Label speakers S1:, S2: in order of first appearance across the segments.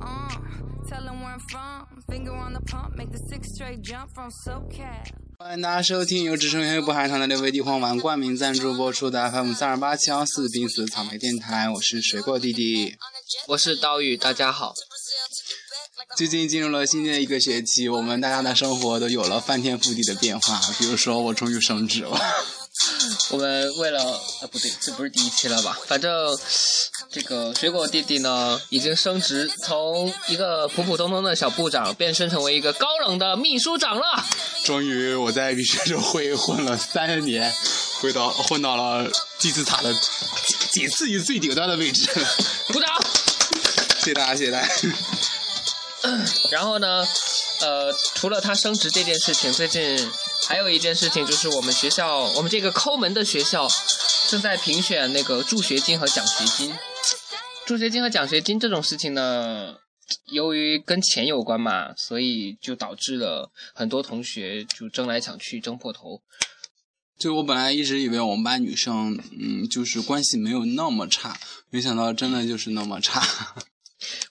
S1: Uh, I'm from. Finger on the pump, make the six straight jump from SoCal.
S2: 欢迎大家收听由直升黑不含糖的六味地黄丸冠名赞助播出的 FM 三二八七幺四濒死草莓电台，我是水果弟弟。
S3: 我是刀宇，大家好。
S2: 最近进入了新的一个学期，我们大家的生活都有了翻天覆地的变化，比如说我终于升职了。
S3: 我们为了啊不对，这不是第一期了吧？反正这个水果弟弟呢，已经升职，从一个普普通通的小部长变身成为一个高冷的秘书长了。
S2: 终于我在笔学生会混了三年，回到混到了金字塔的仅次于最顶端的位置。
S3: 鼓掌。
S2: 谢谢大家，谢谢大家。
S3: 然后呢，呃，除了他升职这件事情，最近还有一件事情就是我们学校，我们这个抠门的学校正在评选那个助学金和奖学金。助学金和奖学金这种事情呢，由于跟钱有关嘛，所以就导致了很多同学就争来抢去，争破头。
S2: 就我本来一直以为我们班女生，嗯，就是关系没有那么差，没想到真的就是那么差。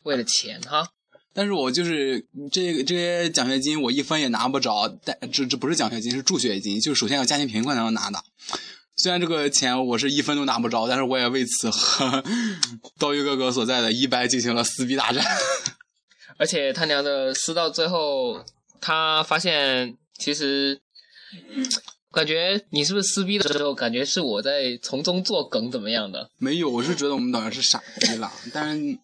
S3: 为了钱哈，
S2: 但是我就是这个这些奖学金，我一分也拿不着。但这这不是奖学金，是助学金，就是首先要家庭贫困才能拿的。虽然这个钱我是一分都拿不着，但是我也为此和刀鱼哥哥所在的一白进行了撕逼大战。
S3: 而且他娘的撕到最后，他发现其实，感觉你是不是撕逼的时候，感觉是我在从中作梗怎么样的？
S2: 没有，我是觉得我们导员是傻逼啦，但是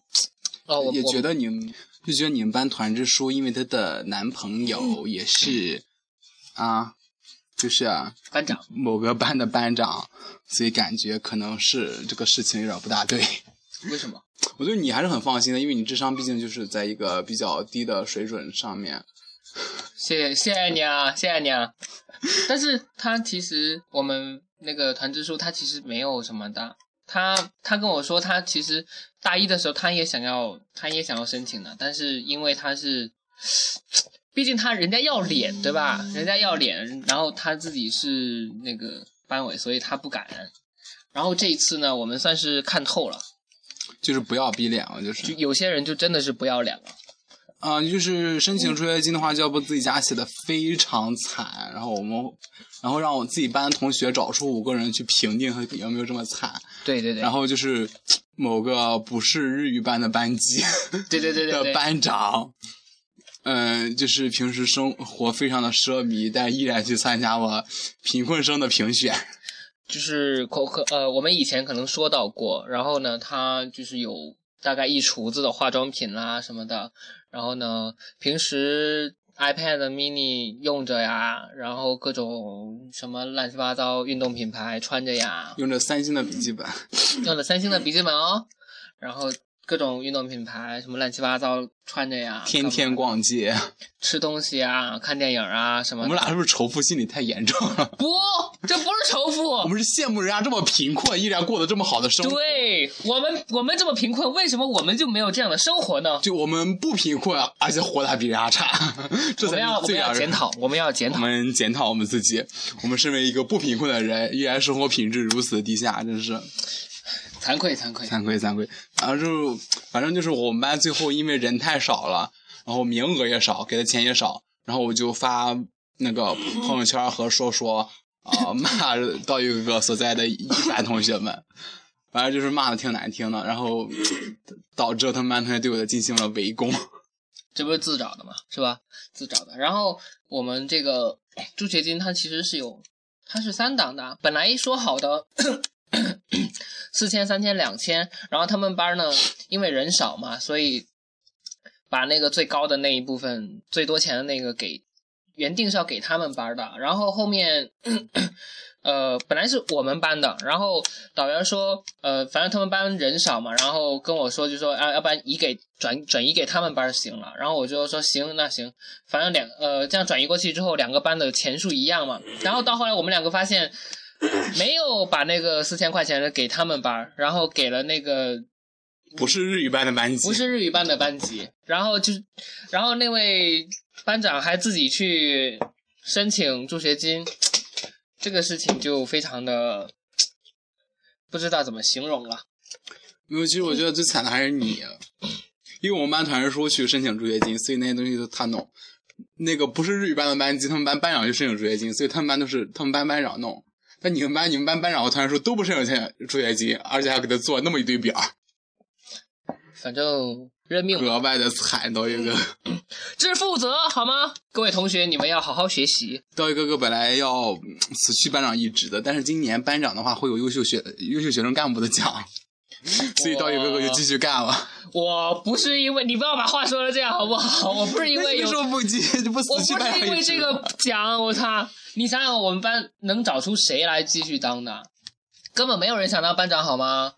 S3: 哦，我
S2: 也觉
S3: 得
S2: 得你们就觉得你们班团支书，因为她的男朋友
S3: 嗯
S2: 也是啊，就是、啊、
S3: 班长
S2: 某个班的班长，所以感觉可能是这个事情有点不大对。
S3: 为什么？
S2: 我对你还是很放心的，因为你智商毕竟就是在一个比较低的水准上面。
S3: 谢谢谢谢你啊，谢谢你啊。但是他其实我们那个团支书他其实没有什么的，他他跟我说他其实大一的时候他也想要他也想要申请的，但是因为他是，毕竟他人家要脸对吧？人家要脸，然后他自己是那个班委，所以他不敢。然后这一次呢，我们算是看透了，
S2: 就是不要逼脸了，就，
S3: 就是有些人就真的是不要脸了。
S2: 啊、就是申请助学金的话，就要不自己家写的非常惨，然后我们，然后让我自己班同学找出五个人去评定他有没有这么惨，
S3: 对对对，
S2: 然后就是某个不是日语班的班级
S3: 对对对对
S2: 的
S3: 对，
S2: 呃班长，嗯，就是平时生活非常的奢靡，但依然去参加我贫困生的评选。
S3: 就是可可呃，我们以前可能说到过，然后呢，他就是有大概一厨子的化妆品啦什么的，然后呢，平时 iPad mini 用着呀，然后各种什么乱七八糟运动品牌穿着呀，
S2: 用着三星的笔记本，
S3: 用的三星的笔记本哦，然后各种运动品牌什么乱七八糟穿着呀，
S2: 天天
S3: 干嘛
S2: 逛街。
S3: 吃东西啊，看电影啊什
S2: 我
S3: 么
S2: 们
S3: 的。
S2: 俩是不是仇富心理太严重了？
S3: 不，这不是仇富，
S2: 我们是羡慕人家这么贫困，依然过得这么好的生活。
S3: 对我们，我们这么贫困，为什么我们就没有这样的生活呢？
S2: 就我们不贫困，而且活得还比人家差，这
S3: 我
S2: 才
S3: 们
S2: 是
S3: 要我
S2: 最
S3: 们要
S2: 让人
S3: 检。讨，我们要检
S2: 我
S3: 讨。
S2: 们检讨我们自己，我们身为一个不贫困的人，依然生活品质如此的低下，真是
S3: 惭愧惭愧，
S2: 惭愧惭愧。然后就反正就是我们班最后因为人太少了，然后名额也少，给的钱也少，然后我就发那个朋友圈和说说啊、 骂到一个所在的一班同学们，反正就是骂的挺难听的，然后导致他们班同学对我的进行了围攻。
S3: 这不是自找的嘛，是吧？自找的。然后我们这个助学金，它其实是有，它是三档的。啊本来说好的 四千、三千、两千，然后他们班呢，因为人少嘛，所以把那个最高的那一部分、最多钱的那个给原定是要给他们班的。然后后面，呃，本来是我们班的，然后导员说，呃，反正他们班人少嘛，然后跟我说就说啊，要不然移给转转移给他们班行了。然后我就说行，那行，反正两呃这样转移过去之后，两个班的钱数一样嘛。然后到后来我们两个发现，没有把那个四千块钱给他们班，然后给了那个
S2: 不是日语班的班级，
S3: 不是日语班的班级，然后就，然后那位班长还自己去申请助学金，这个事情就非常的不知道怎么形容了。
S2: 没有，其实我觉得最惨的还是你，因为我们班团支书去申请助学金，所以那些东西都他弄。那个不是日语班的班级，他们班班长去申请助学金，所以他们班都是他们班班长弄。但你们班、你们班班长和团支书都不申请助学金，而且还给他做那么一堆表儿，
S3: 哎反正认命吧，
S2: 格外的惨到一个。
S3: 嗯知负责好吗？各位同学，你们要好好学习。
S2: 道一哥哥本来要嗯辞去班长一职的，但是今年班长的话会有优秀学优秀学生干部的奖，所以道一哥哥就继续干了。
S3: 我不是因为你不要把话说的这样好不好？我不是因为
S2: 你
S3: 有，
S2: 说
S3: 我
S2: 不接就不
S3: 不
S2: 辞去班
S3: 是
S2: 长
S3: 因为
S2: 一职
S3: 这个奖，我操！你想想，我们班能找出谁来继续当的？根本没有人想当班长好吗？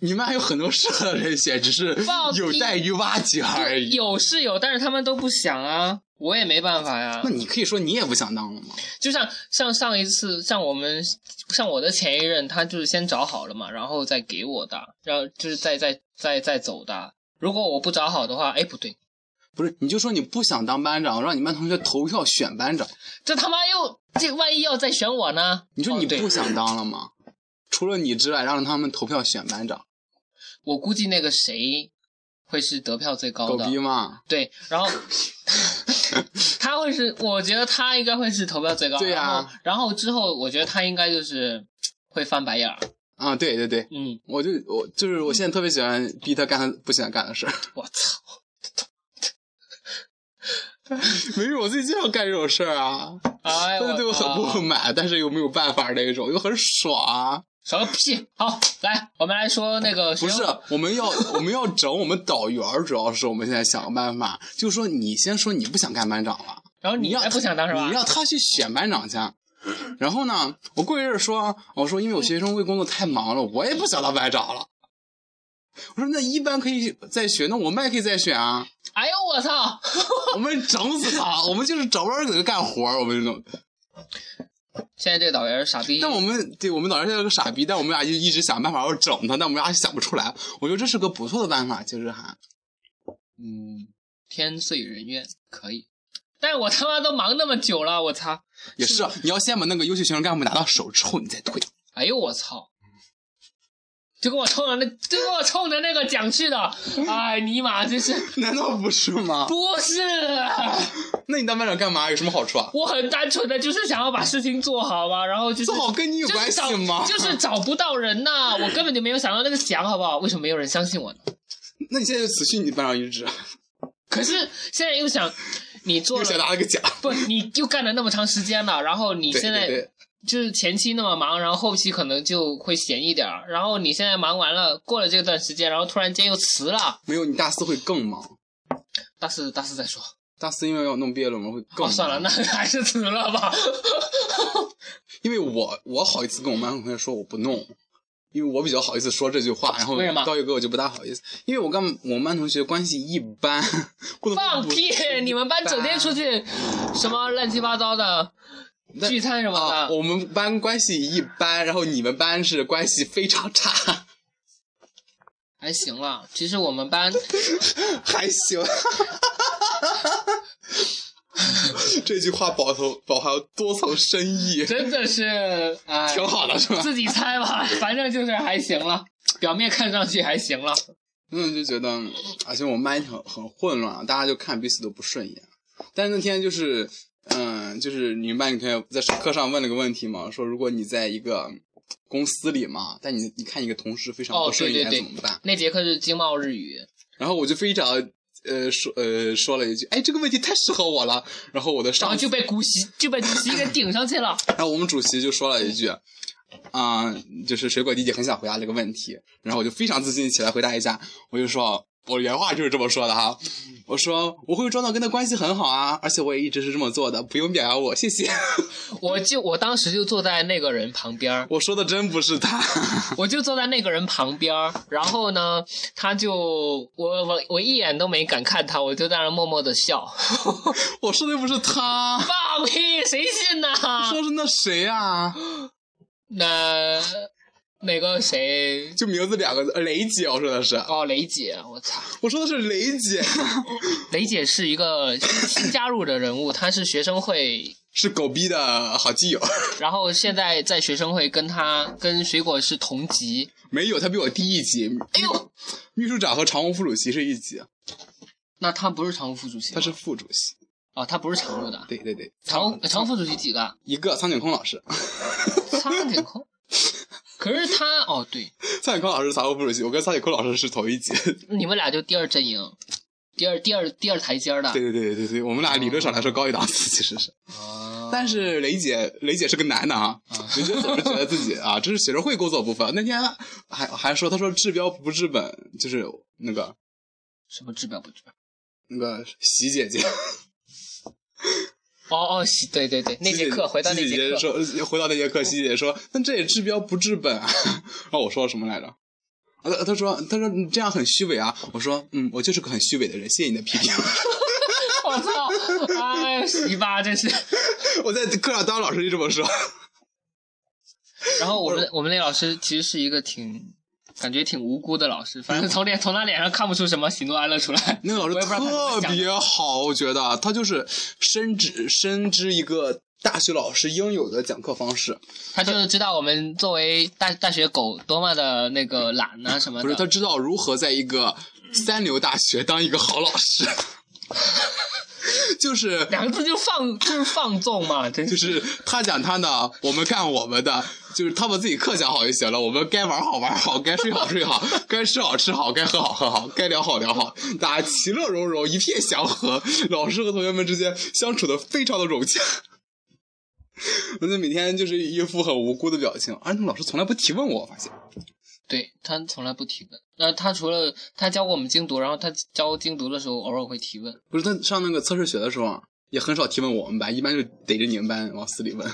S2: 你们还有很多适合的人选，只是
S3: 放屁
S2: 有待于挖掘而已。
S3: 有是有，但是他们都不想啊，我也没办法呀
S2: 那。你可以说你也不想当了吗？
S3: 就像像上一次，像我们像我的前一任，他就是先找好了嘛，然后再给我的，然后就是再再再再走的。如果我不找好的话，哎，不对，
S2: 不是，你就说你不想当班长，让你们班同学投票选班长。
S3: 这他妈又这万一要再选我呢？
S2: 你说你
S3: 哦对
S2: 不想当了吗？除了你之外，让他们投票选班长，
S3: 我估计那个谁会是得票最高
S2: 狗
S3: 的
S2: 逼，吗？
S3: 对，然后他会是，我觉得他应该会是投票最高，
S2: 对
S3: 然
S2: 啊
S3: 后然后之后我觉得他应该就是会翻白眼儿，
S2: 啊，对对对，
S3: 嗯，
S2: 我就我就是我现在特别喜欢逼他干他不喜欢干的事儿。
S3: 我操，
S2: 没有，我自己就要干这种事儿啊，
S3: 哎啊
S2: 他
S3: 呦，
S2: 就对我很不
S3: 操
S2: 满，但是又没有办法那种，又很爽啊。
S3: 少个屁！好，来，我们来说那个学
S2: 不是啊
S3: 生，
S2: 我们要我们要整我们导员儿，主要是我们现在想个办法，就说你先说你不想干班长了，
S3: 然哦后你
S2: 你要
S3: 还不想当是吧
S2: 你？让他去选班长去。然后呢，我过一阵儿说，我说因为我学生会工作太忙了，我也不想当班长了。我说那一班可以再选，那我们也可以再选啊。
S3: 哎呦我操！
S2: 我们整死他，我们就是找班儿搁这干活儿，我们这种。
S3: 现在这个导员傻逼，
S2: 但我们对我们导师现在是个傻逼，但我们俩就一直想办法要整他，但我们俩想不出来。我觉得这是个不错的办法，其实还
S3: 嗯，天遂人愿可以，但是我他妈都忙那么久了，我操！
S2: 也是啊你要先把那个优秀学生干部拿到手之后，你再 退。
S3: 哎呦我操！就跟我冲着那，就跟我冲着那个奖 去的，哎尼玛，真是
S2: 难道不是吗？
S3: 不是？啊
S2: 那你当班长干嘛？有什么好处啊？
S3: 我很单纯的就是想要把事情做好嘛，然后就是
S2: 这好跟你有
S3: 就是
S2: 关系
S3: 找
S2: 吗？
S3: 就是 找不到人呐、我根本就没有想到那个奖，好不好？为什么没有人相信我呢？
S2: 那你现在就辞去你班长一职，
S3: 可是现在又想，你做
S2: 又想
S3: 了
S2: 拿了个奖。
S3: 不，你又干了那么长时间了，然后你
S2: 对
S3: 现在
S2: 对对，
S3: 就是前期那么忙，然后后期可能就会闲一点儿，然后你现在忙完了，过了这段时间，然后突然间又辞了，
S2: 没有你大四会更忙，
S3: 大四大四再说。
S2: 大四因为要弄毕业论文会更
S3: 哦，
S2: 忙
S3: 算了，那还是辞了 吧。
S2: 因为我我好意思跟我们班同学说我不弄，因为我比较好意思说这句话，然后
S3: 为什么
S2: 刀一哥我就不大好意思，因为我跟我们班同学关系一般， 过得
S3: 放屁！你们班整天出去什么乱七八糟的
S2: 但
S3: 聚餐什么
S2: 啊，
S3: 的，
S2: 我们班关系一般，然后你们班是关系非常差，
S3: 还行了。其实我们班
S2: 还行。 这句话饱头饱含多层深意，
S3: 真的是哎，
S2: 挺好的是 吧？
S3: 自己猜 吧，反正就是还行了，表面看上去还行了。
S2: 嗯，就觉得，而且我们班也很很混乱啊，大家就看彼此都不顺眼。啊但是那天就是，嗯，就是你们班女同学在课上问了个问题嘛，说如果你在一个公司里嘛，但你你看一个同事非常
S3: 哦
S2: 不顺眼、
S3: 对对对
S2: 怎么办？
S3: 那节课是经贸日语，
S2: 然后我就非常呃说呃说了一句，哎，这个问题太适合我了。然后我的
S3: 然后
S2: 上
S3: 哦
S2: 司，
S3: 就被古席就被主席给顶上去 了。
S2: 然后我们主席就说了一句。啊、就是水果弟弟很想回答这个问题，然后我就非常自信起来回答一下，我就说，我原话就是这么说的哈，我说我会装到跟他关系很好啊，而且我也一直是这么做的，不用表扬我，谢 谢。
S3: 我就我当时就坐在那个人旁边 儿，
S2: 我说的真不是他，
S3: 我就坐在那个人旁边儿。然后呢，他就我我我一眼都没敢看他，我就在那默默的 笑。
S2: 我说的不是他，
S3: 放屁，谁信呐？
S2: 说是那谁啊，
S3: 那那个谁？
S2: 就名字两个字，呃雷姐，我说的是，啊
S3: 哦，雷姐，我操！
S2: 我说的是雷姐，
S3: 雷姐是一个新 加入的人物，她是学生会
S2: 是狗逼的好基友。
S3: 然后现在在学生会跟他跟水果是同级，
S2: 没有，他比我低一级。
S3: 哎呦，
S2: 秘书长和常务副主席是一级，
S3: 那他不是常务副主席吗，
S2: 他是副主席。
S3: 哦，他不是常务的啊，
S2: 对对对，
S3: 常务常务副主席几 个啊？
S2: 一个苍井空老师，
S3: 苍井空。可是他哦，对，
S2: 苍井空老师是常务副主席，我跟苍井空老师是同一级。
S3: 你们俩就第二阵营，第二第二第二台阶儿的。
S2: 对对对对对，我们俩理论上来说高一档次，其实是。
S3: 啊，
S2: 但是雷姐，雷姐是个男的啊，
S3: 嗯
S2: 雷姐总是觉得自己啊，这是学生会工作部分。那天还还说，他说治标不治本，就是那个
S3: 什么治标不治标？
S2: 那个喜姐姐，
S3: 哦哦，喜对对对，那节课回到那
S2: 喜姐
S3: 节
S2: 姐
S3: 课，
S2: 说，回到那节课，喜姐姐说，那这也治标不治本啊。然后我说什么来着？啊他他说他说你这样很虚伪啊。我说嗯，我就是个很虚伪的人，谢谢你的批评。
S3: 我操！哎呦，喜吧，真是。
S2: 我在课上当老师就这么说。
S3: 然后我们我们那老师其实是一个挺感觉挺无辜的老师，反正从脸从他脸上看不出什么喜怒哀乐出来。
S2: 那个老
S3: 我
S2: 师
S3: 也不知道他怎么
S2: 特
S3: 想的
S2: 别好，我觉得他就是深知深知一个大学老师应有的讲课方式，
S3: 他就是知道我们作为大大学狗多么的那个懒啊什么的。
S2: 不是他知道如何在一个三流大学当一个好老师， 就是
S3: 两个字就是放就是放纵嘛，真。
S2: 就是是他讲他的，我们干我们的，就是他们自己课讲好就行了，我们该玩好玩好，该睡好睡好，该吃好吃好，该喝好喝好，该聊好聊好，大家其乐融融，一片祥和，老师和同学们之间相处的非常的融洽。我就每天就是一副很无辜的表情，而那老师从来不提问我，我发现
S3: 对他从来不提问。那他除了他教过我们精读，然后他教精读的时候偶尔会提问。
S2: 不是他上那个测试学的时候啊，也很少提问我们班，一般就逮着你们班往死里问，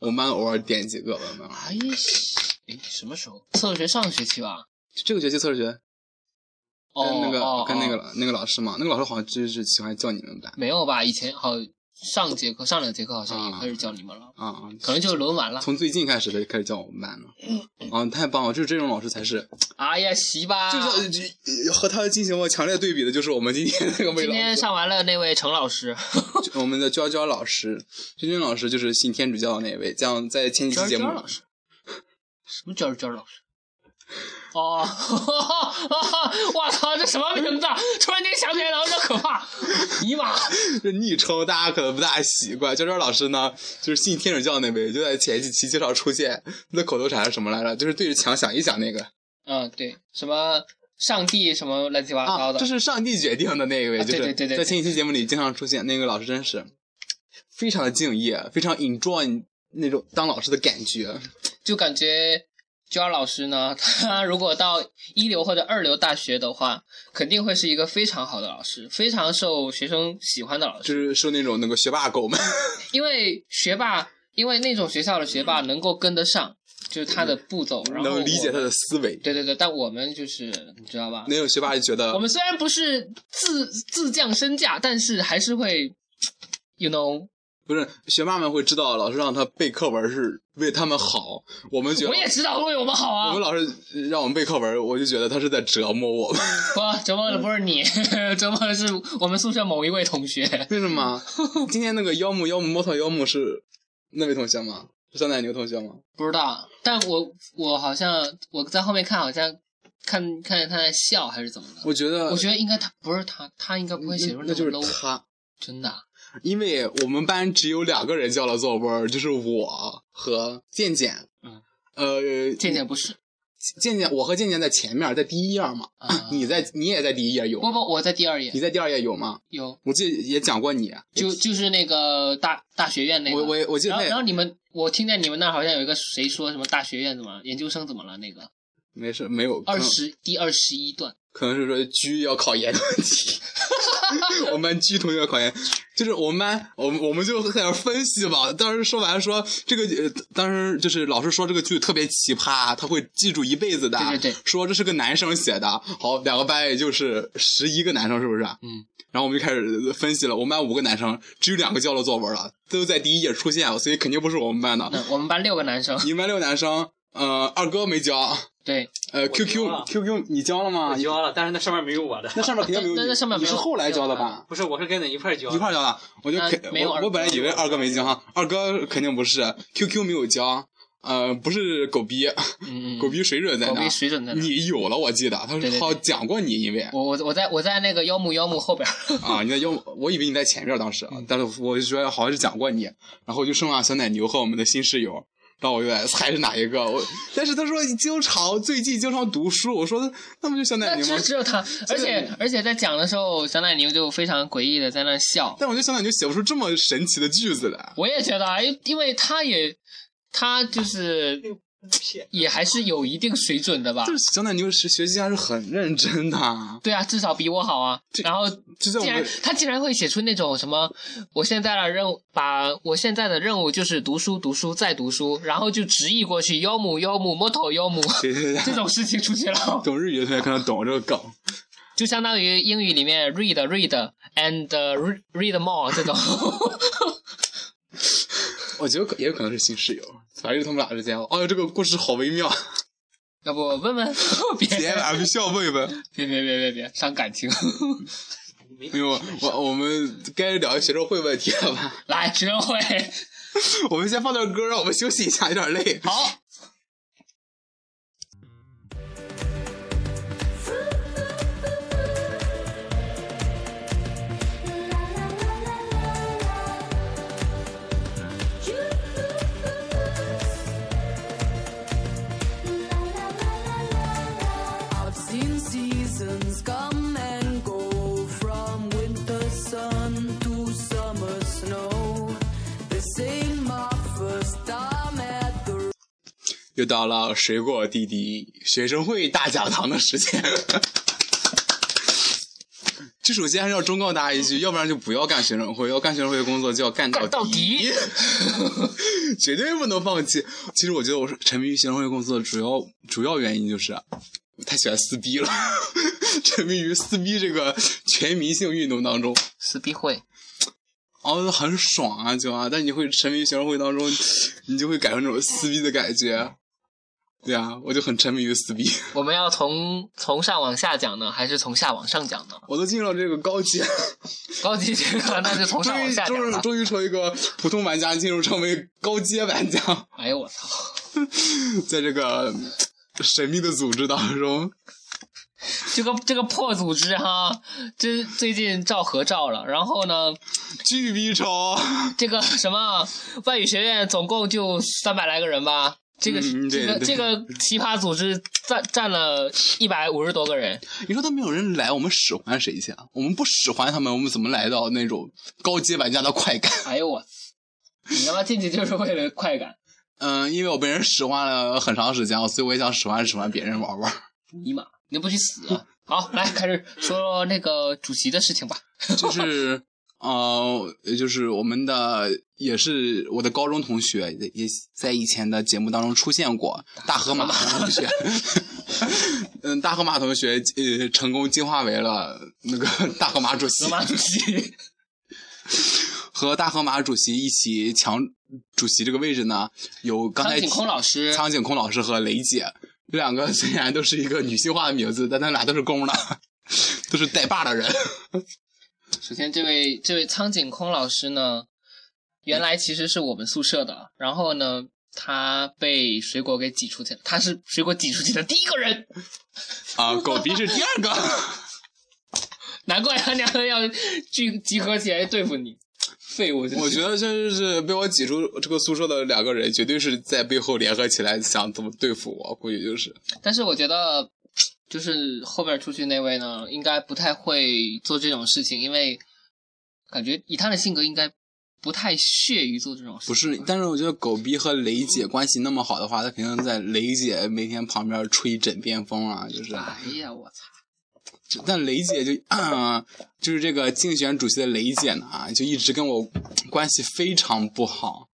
S2: 我们班偶尔点几个吧，我们班啊
S3: 哎西，哎，什么时候？测试学上个学期吧。
S2: 这个学期测试学
S3: 哦，
S2: 跟那个、
S3: 哦
S2: 跟那个、
S3: 哦
S2: 老那个老师嘛，那个老师好像就是喜欢叫你们班
S3: 没有吧？以前好上节课上两节课好像也开始教你们了，
S2: 啊啊，
S3: 可能就是轮完了。
S2: 从最近开始他就开始叫我们班了，啊，太棒了！就是这种老师才是，
S3: 哎呀，习吧。
S2: 就是呃就和他进行过强烈对比的，就是我们今天那个魏
S3: 今
S2: 老
S3: 天
S2: 师，
S3: 上完了那位程老师，
S2: 就我们的娇娇老师，娟娟老师就是信天主教的那位，这样在前几
S3: 娟
S2: 期节
S3: 儿娟
S2: 目
S3: 儿老师，什么娟儿娟儿老师？哦， 我操，这什么名字啊？突然间想起来了，有点可怕。尼玛，
S2: 这 昵称大家可能不大习惯。娇娇老师呢，就是信天主教那位，就在前几期介绍出现，那口头禅是什么来着？就是对着墙想一想那个
S3: 嗯，对，什么上帝什么乱七八糟
S2: 啊，
S3: 的，
S2: 这是上帝决定的那一位，
S3: 啊
S2: 就是
S3: 对对对对
S2: 在前几期节目里经常出现那个老师，真是非常的敬业，非常 enjoy 那种当老师的感觉。
S3: 就感觉娟儿老师呢， 他如果到一流或者二流大学的话，肯定会是一个非常好的老师，非常受学生喜欢的老师
S2: 就，是说那种那个学霸狗们，
S3: 因为学霸，因为那种学校的学霸能够跟得上，就是他的步骤，然后
S2: 嗯 能理解他
S3: 我们。
S2: 的思维。
S3: 对对对，但我们就是你知道吧？
S2: 那种学霸就觉
S3: 我
S2: 得，
S3: 们虽然不是自自降身价，但是还是会 ，you know，
S2: 不是学霸们会知道老师让他背课文是为他们好，我们觉得
S3: 我也知道为我们好
S2: 我
S3: 啊
S2: 们。老师让我们背课文，我就觉得他是在折磨我们。
S3: 不，折磨的不是你， 折磨的是我们宿舍某一位同学。
S2: 为什么？今天那个妖木妖木猫头妖木是那位同学吗？是酸奶牛同学吗？
S3: 不知道，但我我好像我在后面看，好像看看着他在笑还是怎么的。
S2: 我觉得，
S3: 我觉得应该他不是他，他应该不会写出
S2: 呃那
S3: 么
S2: 就是
S3: low，
S2: 他。
S3: 真的啊。
S2: 因为我们班只有两个人交了作文儿，就是我和健健。
S3: 嗯，
S2: 呃，
S3: 渐渐不是
S2: 健健，我和健健在前面，在第一页嘛。，
S3: 啊
S2: 你在，你也在第一页有
S3: 不
S2: 吗？
S3: 不，我在第二页
S2: 你在第二页有吗？
S3: 有，
S2: 我记得也讲过你。
S3: 就就是那个大大学院那个。
S2: 我我我记得
S3: 然后，然后
S2: 那
S3: 你们，我听见你们那儿好像有一个谁说什么大学院怎么研究生怎么了那个
S2: 没事，没有
S3: 二，十第二十一段，
S2: 可能可能是说居要考研的问题。 我们班居同学考研，就是我们班，我们我们就在那儿分析吧。当时说完说这个，呃，当时就是老师说这个剧特别奇葩，他会记住一辈子的。
S3: 对对对
S2: 说这是个男生写的。好，两个班也就是十一个男生，是不是？
S3: 嗯。
S2: 然后我们就开始分析了，我们班五个男生，只有两个交了作文了，都在第一页出现，所以肯定不是我们班的。
S3: 嗯，我们班六个男生，
S2: 你们班六个男生，呃，二哥没交，
S3: 对，
S2: 呃
S4: 交了
S3: 啊
S2: ，QQ QQ 你交了吗
S4: 我？交了，但是那上面啊没有我的，
S2: 那上面肯定没有你，
S3: 那那上面
S2: 你
S3: 没
S2: 是
S3: 有
S2: 后来交的
S3: 没有
S2: 吧？
S4: 不是，我是跟你一块儿交的，
S2: 一块儿交的，我就
S3: 那
S2: 肯
S3: 没有
S2: 我
S3: 二哥
S2: 我本来以为二哥没交哈，二哥肯定不是，QQ 没有交，呃，不是狗逼，
S3: 嗯嗯，
S2: 狗逼水准在
S3: 狗
S2: 哪
S3: 逼？水准在哪？
S2: 你有了，我记得他
S3: 对对
S2: 好
S3: 对
S2: 讲过你，因为
S3: 我我我在我在那个妖木妖木后边儿，
S2: 啊，你在腰，我嗯以为你在前面当时，啊但是我就觉得好像是讲过你，然后就剩下小奶牛和我们的新室友，让我有点猜是哪一个。我但是他说你经常最近经常读书，我说 那不就小奶
S3: 那
S2: 牛
S3: 只
S2: 吗？
S3: 只有他，而且而且在讲的时候，小奶牛就非常诡异的在那笑。
S2: 但我觉得小奶牛写不出这么神奇的句子来。
S3: 我也觉得啊，因因为他也他就是
S4: 骗
S3: 也还是有一定水准的吧
S2: 就。是小奶牛是学习还是很认真的啊，
S3: 对啊，至少比我好啊。然后
S2: 就在我
S3: 竟然
S2: 们
S3: 他竟然会写出那种什么，我现在的任务，把我现在的任务就是读书、读书再读书，然后就直译过去，妖母妖母摸头妖母
S2: 对对对
S3: 这种事情出去了，
S2: 懂日语的同学可能懂这个梗。
S3: 就相当于英语里面 read read and read read more 这种。
S2: 我觉得可也有可能是新室友，反正就他们俩之间。哦，这个故事好微 妙，
S3: 要不我问问别
S2: 姐俺们笑问一问。
S3: 别别别别别伤感 情，
S4: 没
S2: 没有，我我们该聊学生会问题了吧？
S3: 来学生会
S2: 我们先放段歌，让我们休息一下，有点累。
S3: 好。
S5: I've seen seasons come and go from winter sun to summer snow. This ain't my first time at the
S2: 又到了水果弟弟学生会大讲堂的时间。这首先还是要忠告大家一句，要不然就不要干学生会，要干学生会的工作就要干到
S3: 干到底
S2: 绝对不能放弃。其实我觉得我是沉迷于学生会工作的主要主要原因就是我太喜欢撕逼了， 沉迷于撕逼这个全民性运动当中。
S3: 撕逼会，
S2: 熬得很爽啊，就啊，但你会沉迷于学生会当中，你就会感受那种撕逼的感觉。对啊，我就很沉迷于撕逼，
S3: 我们要从从上往下讲呢，还是从下往上讲呢？
S2: 我都进入了这个高级，
S3: 高级 这个那就从上
S2: 终
S3: 往
S2: 于
S3: 下讲
S2: 终于
S3: 吧。
S2: 终于从一个普通玩家进入成为高阶玩家，
S3: 哎呦我操！
S2: 在这个神秘的组织当中，
S3: 这个这个破组织哈，这最近照合照了。然后呢，
S2: 巨逼超，
S3: 这个什么外语学院总共就三百来个人吧。这个、
S2: 嗯
S3: 这
S2: 对
S3: 个
S2: 对
S3: 这个奇葩组织占占了一百五十多个人，
S2: 你说都没有人来，我们使唤谁去啊？我们不使唤他们，我们怎么来到那种高阶玩家的快感？
S3: 哎呦我，你他妈进去就是为了快感，
S2: 嗯，因为我被人使唤了很长时间，所以我也想使唤使唤别人玩玩。
S3: 尼玛，你不去死啊！好，来开始说那个主席的事情吧。
S2: 就是呃，就是我们的也是我的高中同学，也也在以前的节目当中出现过，大 河马同学。 嗯，大河马同学呃成功进化为了那个大河马主席
S3: 河，马主席，
S2: 和大河马主席一起抢主席这个位置呢，有刚
S3: 苍
S2: 才
S3: 井空老师，
S2: 苍井空老师和雷姐这两个虽然都是一个女性化的名字，但他俩都是公的， 都是带把的 人。
S3: 首先，这位这位苍井空老师呢，原来其实是我们宿舍的，然后呢，他被水果给挤出去了，他是水果挤出去的第一个人，
S2: 啊，狗逼是第二个。
S3: 难怪他娘的要聚集合起来对付你，废物！ 真是
S2: 我觉得这就是被我挤出这个宿舍的两个人，绝对是在背后联合起来想怎么对付我，估计就是
S3: 但是我觉得，就是后面出去那位呢，应该不太会做这种事情，因为感觉以他的性格，应该不太屑于做这种事
S2: 不
S3: 情。
S2: 是。但是我觉得狗逼和雷姐关系那么好的话，他肯定在雷姐每天旁边吹枕边风啊，就是。
S3: 哎呀，我操！
S2: 但雷姐就啊、就是这个竞选主席的雷姐呢，啊就一直跟我关系非常不好，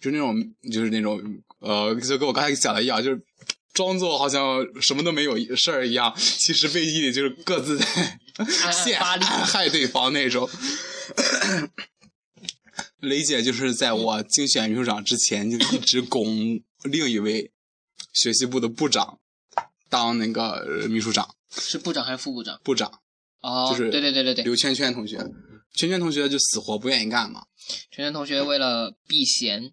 S2: 就那种就是那种呃，就跟我刚才讲的一样，就是装作好像什么都没有事儿一样，其实背地里就是各自在陷
S3: 发
S2: 害
S3: 力
S2: 害对方那种。雷姐就是在我竞选秘书长之前就一直拱另一位学习部的部长当那个呃秘书长，
S3: 是部长还是副部长？
S2: 部长。
S3: 哦，
S2: 就是
S3: 对对对对对，
S2: 刘圈圈同学，圈圈同学就死活不愿意干嘛。
S3: 全全同学为了避嫌，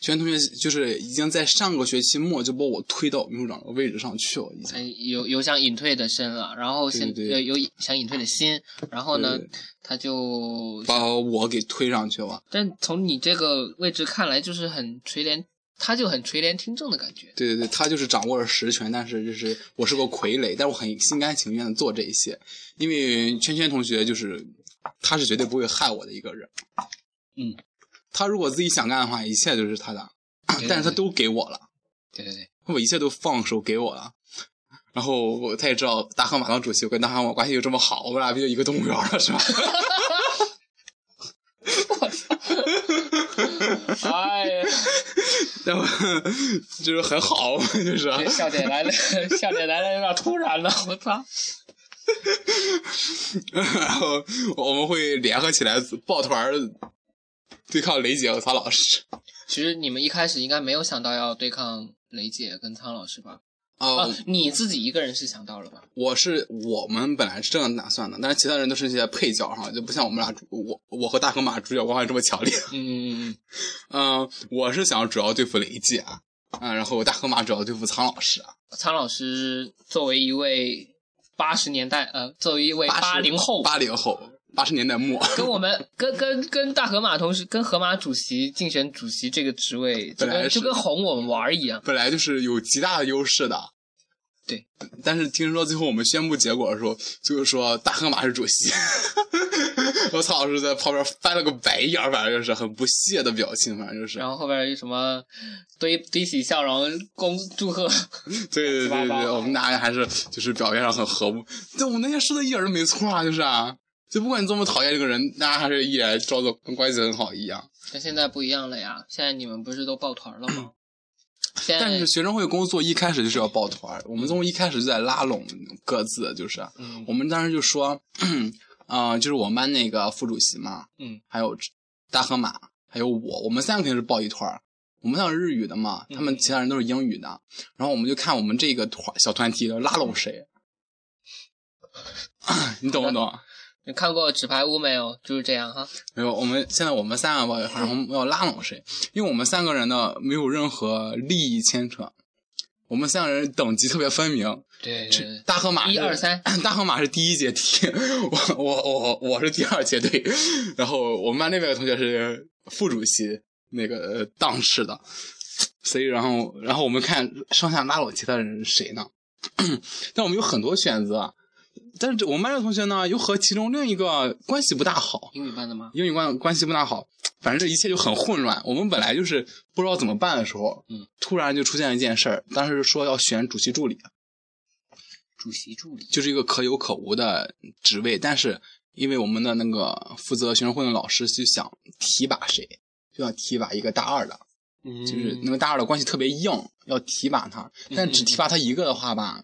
S2: 全同学就是已经在上个学期末就把我推到秘书长的位置上去了，已经。
S3: 嗯，有有想隐退的身了，然后现
S2: 对对对
S3: 有有想隐退的心，然后呢
S2: 对对，
S3: 他就，
S2: 把我给推上去了，
S3: 但从你这个位置看来，就是很垂帘，他就很垂帘听政的感觉。
S2: 对对对，他就是掌握了实权，但是就是我是个傀儡，但我很心甘情愿的做这一些，因为圈圈同学就是他是绝对不会害我的一个人，
S3: 嗯，
S2: 他如果自己想干的话，一切都是他的，
S3: 对
S2: 但是他都给我了，
S3: 对对对，
S2: 他把一切都放手给我了，然后我他也知道大河马当主席，我跟大河马关系又这么好，我们俩不就一个动物园了是吧？
S3: 哎呀，
S2: 然后就是很好，就是
S3: 这笑点来了， 笑点来了，有点突然了，我操！
S2: 然后我们会联合起来抱团儿对抗雷姐和曹老师。
S3: 其实你们一开始应该没有想到要对抗雷姐跟苍老师吧？
S2: 啊、
S3: 啊，你自己一个人是想到了吧？
S2: 我是我们本来是这样打算的，但是其他人都是一些配角哈，就不像我们俩主我我和大河马主角光环这么强烈。
S3: 嗯，
S2: 嗯、我是想主要对付雷姐啊，嗯、然后大河马主要对付苍老师啊。
S3: 苍老师作为一位八十年代呃，作为一位八零后，
S2: 八零后，八十年代末，
S3: 跟 我们跟跟跟大河马同时跟河马主席竞选主席这个职位，就
S2: 本来
S3: 跟
S2: 是
S3: 就跟哄我们玩儿一样。
S2: 本来就是有极大的优势的。
S3: 对，
S2: 但是听说最后我们宣布结果的时候，就是说大河马是主席， 我曹老师在旁边翻了个白眼儿，反正就是很不屑的表情，反正就是，
S3: 然后后边有什么堆堆起笑容，恭祝贺，
S2: 对对对对
S3: 七八
S2: 对，
S3: 八
S2: 我们大家还是就是表面上很和睦，但我们那天说的一点儿都没错啊，就是啊，就不管你多么讨厌这个人，大家还是依然照做，跟关系很好一样。
S3: 但现在不一样了呀！现在你们不是都抱团了吗？现在
S2: 但是学生会工作一开始就是要抱团儿，我们从一开始就在拉拢各自，就是，啊
S3: 嗯
S2: 我们当时就说，啊、就是我们班那个副主席嘛，
S3: 嗯，
S2: 还有大河马，还有我，我们三个肯定是抱一团儿。我们那有日语的嘛，他
S3: 嗯
S2: 们其他人都是英语的，然后我们就看我们这个团小团体拉拢谁，
S3: 嗯
S2: 你懂不懂？
S3: 你看过《纸牌屋》没有？就是这样哈。
S2: 没有，我们现在我们三个抱一团儿，我们要拉拢谁？因为我们三个人呢没有任何利益牵扯，我们三个人等级特别分明，
S3: 对
S2: 这大河马是
S3: 呃一二三，
S2: 大河马是第一阶梯， 我我我我是第二阶队，然后我们班那边的同学是副主席那个呃档次的，所以然后然后我们看上下拉拢其他人是谁呢？ 但我们有很多选择，啊但是这我们班的同学呢又和其中另一个关系不大好，
S3: 英语班的吗？
S2: 英语关关系不大好，反正这一切就很混乱。我们本来就是不知道怎么办的时候，
S3: 嗯，
S2: 突然就出现了一件事儿，当时说要选主席助理，
S3: 主席助理。
S2: 就是一个可有可无的职位，但是因为我们的那个负责学生会的老师就想提拔谁，就想提拔一个大二的，
S3: 嗯嗯
S2: 就是那个大二的关系特别硬，要提拔他，但只提拔他一个的话吧，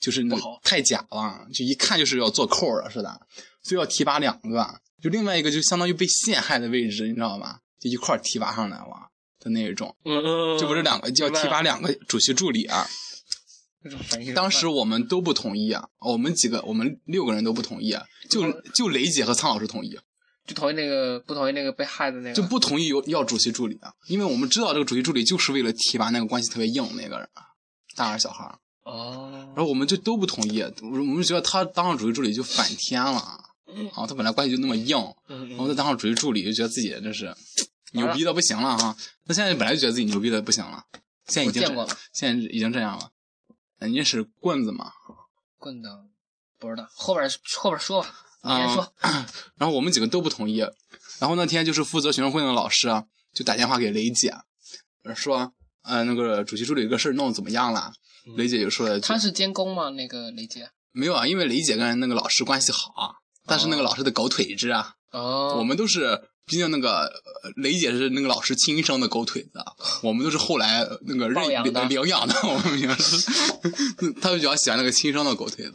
S2: 就是那
S3: 不好
S2: 太假了，就一看就是要做扣了似的，所以要提拔两个，就另外一个就相当于被陷害的位置，你知道吧？就一块儿提拔上来了的那一种，
S3: 嗯嗯，
S2: 这不是两个就要提拔两个主席助理啊。
S3: 两
S2: 当时我们都不同意啊，我们几个，我们六个人都不同意，啊，
S3: 哦
S2: 就就雷姐和苍老师同意，啊
S3: 就同意那个不同意那个被害的那个，
S2: 就不同意有要主席助理啊，因为我们知道这个主席助理就是为了提拔那个关系特别硬那个人啊，大二小孩儿，
S3: 哦
S2: 然后我们就都不同意，我们觉得他当上主席助理就反天了啊，啊，他本来关系就那么硬，
S3: 嗯
S2: 然后再当上主席助理，就觉得自己真是牛逼的不行了哈，那现在本来就觉得自己牛逼的不行了，现在已经
S3: 我见过了
S2: 现在已经这样了，人家是棍子嘛，
S3: 棍的，不知道后边后边说吧，你先说。
S2: 啊然后我们几个都不同意。然后那天就是负责学生会的老师啊，就打电话给雷姐，呃说，呃，那个主席助理这个事儿弄得怎么样了？雷姐就说了一句
S3: 嗯他是监工吗？那个雷姐？
S2: 没有啊，因为雷姐跟那个老师关系好啊，但是那个老师的狗腿子啊，
S3: 哦
S2: 我们都是。毕竟那个呃雷姐是那个老师亲生的狗腿子啊，我们都是后来呃那个
S3: 抱养
S2: 认
S3: 的
S2: 领养的，我们平时，他就比较喜欢那个亲生的狗腿子，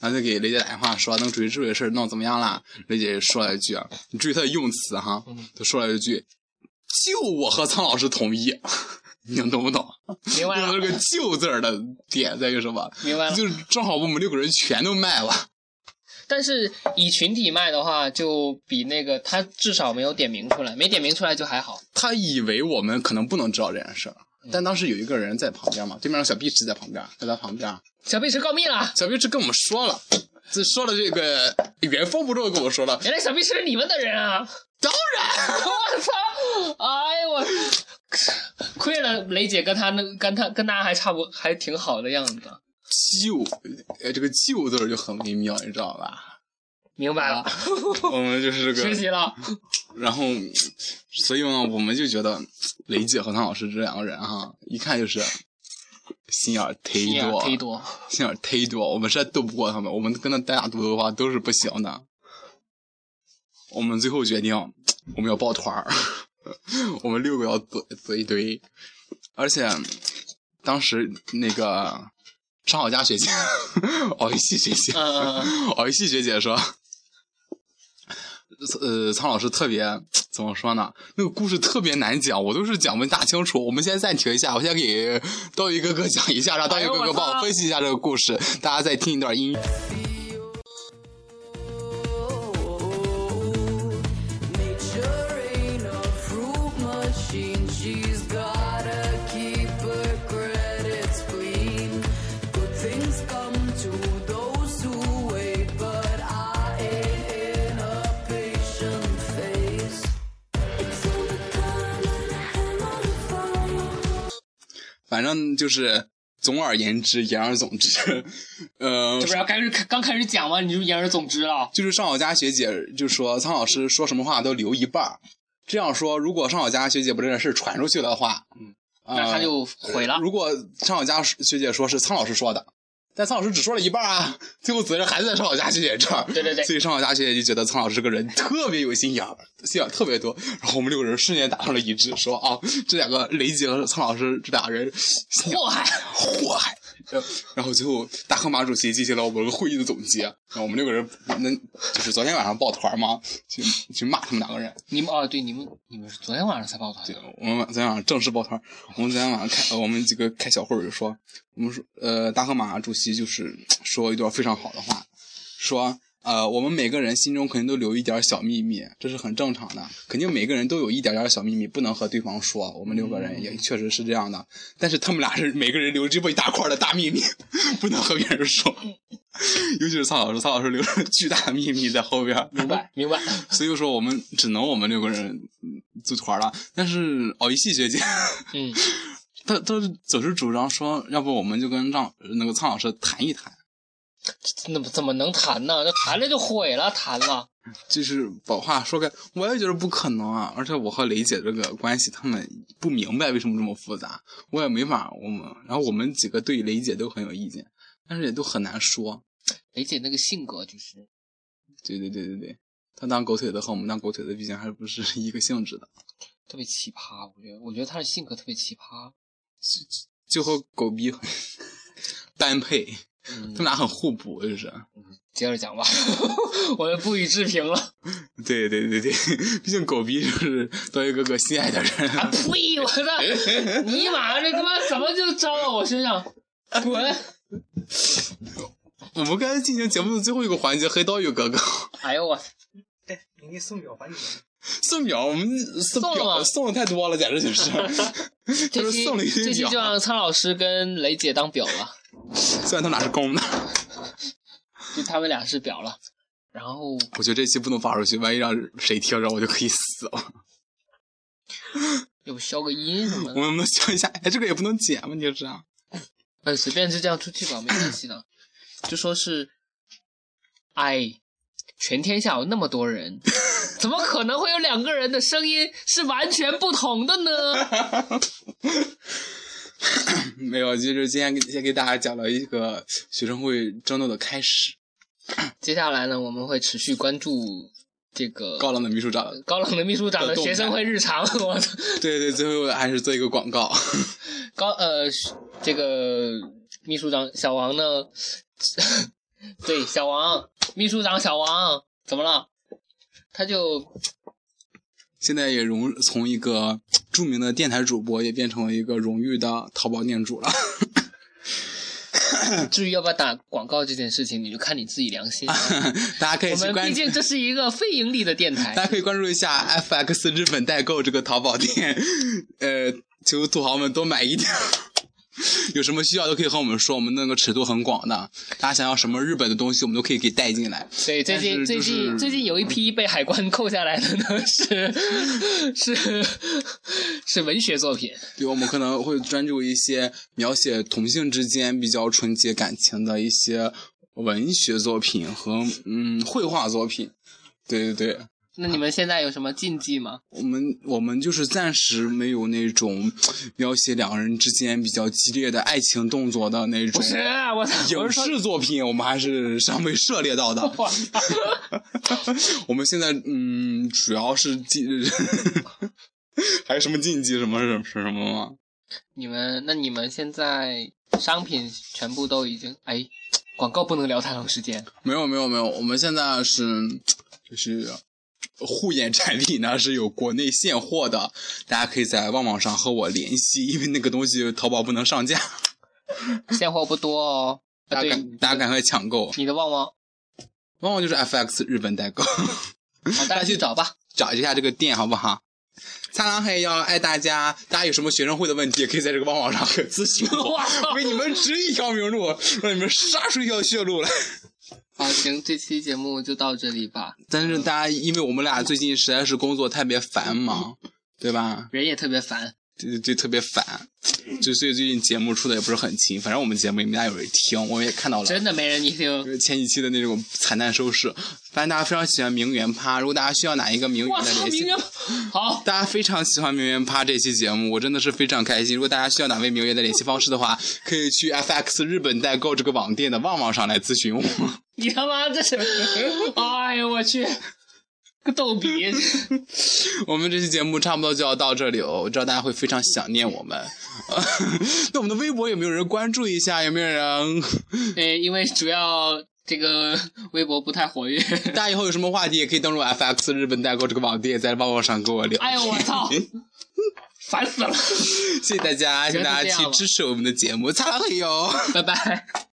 S2: 然后就给雷姐打电话说那个主席助理的事儿弄得怎么样啦？雷姐说了一句，啊你注意她的用词哈，
S3: 嗯
S2: 她说了一句，就我和苍老师同意， 你能懂不懂？
S3: 明白
S2: 就是
S3: 了，
S2: 这个“就”字儿的点在于什么？
S3: 明白了。
S2: 就是正好把我们六个人全都卖了。
S3: 但是以群体卖的话，就比那个他至少没有点名出来，没点名出来就还好。
S2: 他以为我们可能不能知道这件事儿，但当时有一个人在旁边嘛，对面有小壁纸在旁边，在他旁边，
S3: 小碧池告密了，
S2: 小壁纸跟我们说了，这说了这个呃原封不动跟我说了，
S3: 原来小碧池是你们的人啊！
S2: 当然，
S3: 我操！哎呦我，亏了雷姐跟他那跟他跟他还差不还挺好的样子。
S2: 就呃这个就字儿就很微妙，你知道吧？
S3: 明白了，
S2: 我们就是这
S3: 学
S2: 个，
S3: 习了。
S2: 然后所以呢，我们就觉得雷姐和唐老师这两个人哈，一看就是心眼儿忒
S3: 眼
S2: 多，
S3: 忒多，
S2: 心眼儿忒多，我们实在斗不过他们，我们跟他单打独斗的话都是不行的。我们最后决定，我们要抱团儿， 我们六个要组组一堆，而且当时那个张好佳学姐， 熬一系学姐，
S3: 嗯嗯嗯，
S2: 熬一系学姐说。呃，苍老师特别怎么说呢？那个故事特别难讲，我都是讲不大清楚。我们先暂停一下，我先给刀鱼哥哥讲一下，让刀鱼哥
S3: 哎呦
S2: 哥
S3: 我
S2: 帮我
S3: 操
S2: 分析一下这个故事，大家再听一段音乐。
S5: Nature ain't a fruit machine. She's gotta keep her credits clean. Good things come to those who wait, but I ain't in a patient phase. It's overcome and I'm on fire.
S2: 反正就是总而言之，言而总之，呃
S3: 这不，是要开始刚开始讲吗？你就言而总之了。
S2: 就是上好佳学姐就说苍老师说什么话都留一半儿这样说，如果上好佳学姐把这件事传出去的话，嗯，
S3: 那他就毁了，
S2: 如果上好佳学姐说是苍老师说的，但苍老师只说了一半啊，最后责任还是在上好佳学姐这儿。
S3: 对对对
S2: 所以上好佳学姐就觉得苍老师这个人特别有心眼儿，心眼儿特别多。然后我们六个人瞬间达成了一致，说啊，这两个雷姐和苍老师这俩人心眼儿
S3: 祸害。
S2: 祸害。 然后最后，大河马主席进行了我们会议的总结。然后我们六个人，那就是昨天晚上抱团嘛，去去骂他们两个人。
S3: 你们哦，对，你们你们是昨天晚上才抱团的，
S2: 我们晚昨天晚上正式抱团，我们昨天晚上开，呃我们几个开小会儿就说，我们说，呃，大河马主席就是说一段非常好的话，说，呃，我们每个人心中肯定都留一点小秘密，这是很正常的，肯定每个人都有一点点小秘密不能和对方说，我们六个人
S3: 嗯
S2: 也确实是这样的，但是他们俩是每个人留这么一大块的大秘密， 不能和别人说，
S3: 嗯
S2: 尤其是苍老师，苍老师留着巨大的秘密在后边，
S3: 明 白明白。
S2: 所以说我们只能我们六个人嗯组团了。但是哦熬一系学姐，
S3: 嗯，
S2: 她她总是主张说，要不我们就跟让那个苍老师谈一谈，
S3: 那么怎么能谈呢？这谈了就毁了，谈了。
S2: 就是把话说开。我也觉得不可能啊，而且我和雷姐这个关系，他们不明白为什么这么复杂，我也没法。我们然后我们几个对雷姐都很有意见，但是也都很难说。
S3: 雷姐那个性格就是，
S2: 对对对对对，她当狗腿的和我们当狗腿的，毕竟还不是一个性质的。
S3: 特别奇葩，我觉得，我觉得他的性格特别奇葩。
S2: 就和狗逼很 般配，他们俩很互补，就是。
S3: 接着讲吧， 我不予置评了。
S2: 对对对 对，毕竟狗逼就是多一个个心爱的人。
S3: 啊呸！我的，尼玛，这他妈怎么就招到我身上？滚！
S2: 我们刚才进行节目的最后一个环节，黑刀鱼哥哥
S3: 哎呦我，
S4: 哎，你给送表吧你。
S2: 送秒，我们送
S3: 送了
S2: 表
S3: 吗
S2: 送的太多了，简直 就是，就
S3: 这
S2: 是
S3: 期
S2: 送了一
S3: 这
S2: 堆
S3: 期就
S2: 表。
S3: 让苍老师跟雷姐当表了，
S2: 虽然他们俩是公的，
S3: 就他们俩是表了。然后
S2: 我觉得这期不能发出去，万一让谁听着，我就可以死了。
S3: 又消个音什么
S2: 我
S3: 的，
S2: 们能不能想一下？哎，这个也不能剪问题是啊，
S3: 嗯，随便就这样出去吧，没关系的。就说是，哎，全天下有那么多人， 怎么可能会有两个人的声音是完全不同的呢？
S2: 没有，就是今天给先给大家讲了一个学生会争斗的开始。
S3: 接下来呢，我们会持续关注这个
S2: 高冷的秘书长，
S3: 高冷的秘书长的学生会日常， 我操
S2: 对对，最后还是做一个广告。
S3: 高呃这个秘书长小王呢， 对小王秘书长小王怎么了？他就
S2: 现在也荣从一个著名的电台主播，也变成了一个荣誉的淘宝店主了。
S3: 至于要不要打广告这件事情，你就看你自己良 心 了。啊
S2: 大家可以
S3: 我
S2: 去
S3: 们
S2: 啊关
S3: 毕竟这是一个非盈利的电 台
S2: 大，家可以关注一下 FX 日本代购这个淘宝店， 呃，求土豪们多买一点 儿。有什么需要都可以和我们说，我们那个尺度很广的，大家想要什么日本的东西，我们都可以给带进来。
S3: 对，最近、
S2: 但是
S3: 最
S2: 就是
S3: 近最近有一批被海关扣下来的呢， 是是是文学作品，
S2: 对，我们可能会专注一些描写同性之间比较纯洁感情的一些文学作品和嗯绘画作品。对对对，
S3: 那你们现在有什么禁忌吗？
S2: 我们我们就是暂时没有那种描写两人之间比较激烈的爱情动作的那种
S3: 不是，
S2: 啊
S3: 我操，我
S2: 影
S3: 是说
S2: 视作品，我们还是尚未涉猎到的。
S3: 我操
S2: 我们现在嗯，主要是禁， 还有什么禁忌什么什么什么吗？
S3: 你们那你们现在商品全部都已经哎，广告不能聊太长时间，
S2: 没有没有没有，我们现在是就是护眼产品呢是有国内现货的，大家可以在旺旺上和我联系，因为那个东西淘宝不能上架，
S3: 现货不多哦。啊，
S2: 大家
S3: 对，
S2: 赶大家赶快抢购。
S3: 你的旺旺，
S2: 旺旺就是 FX 日本代购，
S3: 好，大家去找吧。
S2: 找一下这个店好不好？擦浪嘿要爱大家，大家有什么学生会的问题，也可以在这个旺旺上可咨询我
S3: 哇，
S2: 为你们指一条明路，让你们杀出一条血路来。
S3: 好，行，这期节目就到这里吧。
S2: 但是大家，因为我们俩最近实在是工作特别繁 忙，对吧？
S3: 人也特别烦，
S2: 就就特别烦，就所以最近节目出的也不是很勤，反正我们节目你们家有人听，我也看到了。
S3: 真的没人一 听。
S2: 就是前几期的那种惨淡收视，反正大家非常喜欢名媛趴。如果大家需要哪一个名
S3: 我
S2: 媛的
S3: 操，
S2: 联系
S3: 明，啊天 好，
S2: 大家非常喜欢名媛趴这期节目，我真的是非常开心。如果大家需要哪位名媛的联系方式的话， 可以去 FX 日本代购这个网店的旺旺上来咨询我。
S3: 你他妈这 是，哎呦我去，个逗比，
S2: 我们这期节目差不多就要到这里哦了，我知道大家会非常想念我们。 那我们的微博有没有人关注一下？有没有人？
S3: 呃，因为主要这个微博不太活跃。
S2: 大家以后有什么话题也可以登录 FX 日本代购这个网店，在旺旺上跟我聊。
S3: 哎呦我操， 烦死了，
S2: 谢谢大家，请大家去支持我们的节目，擦黑哟。
S3: 拜拜。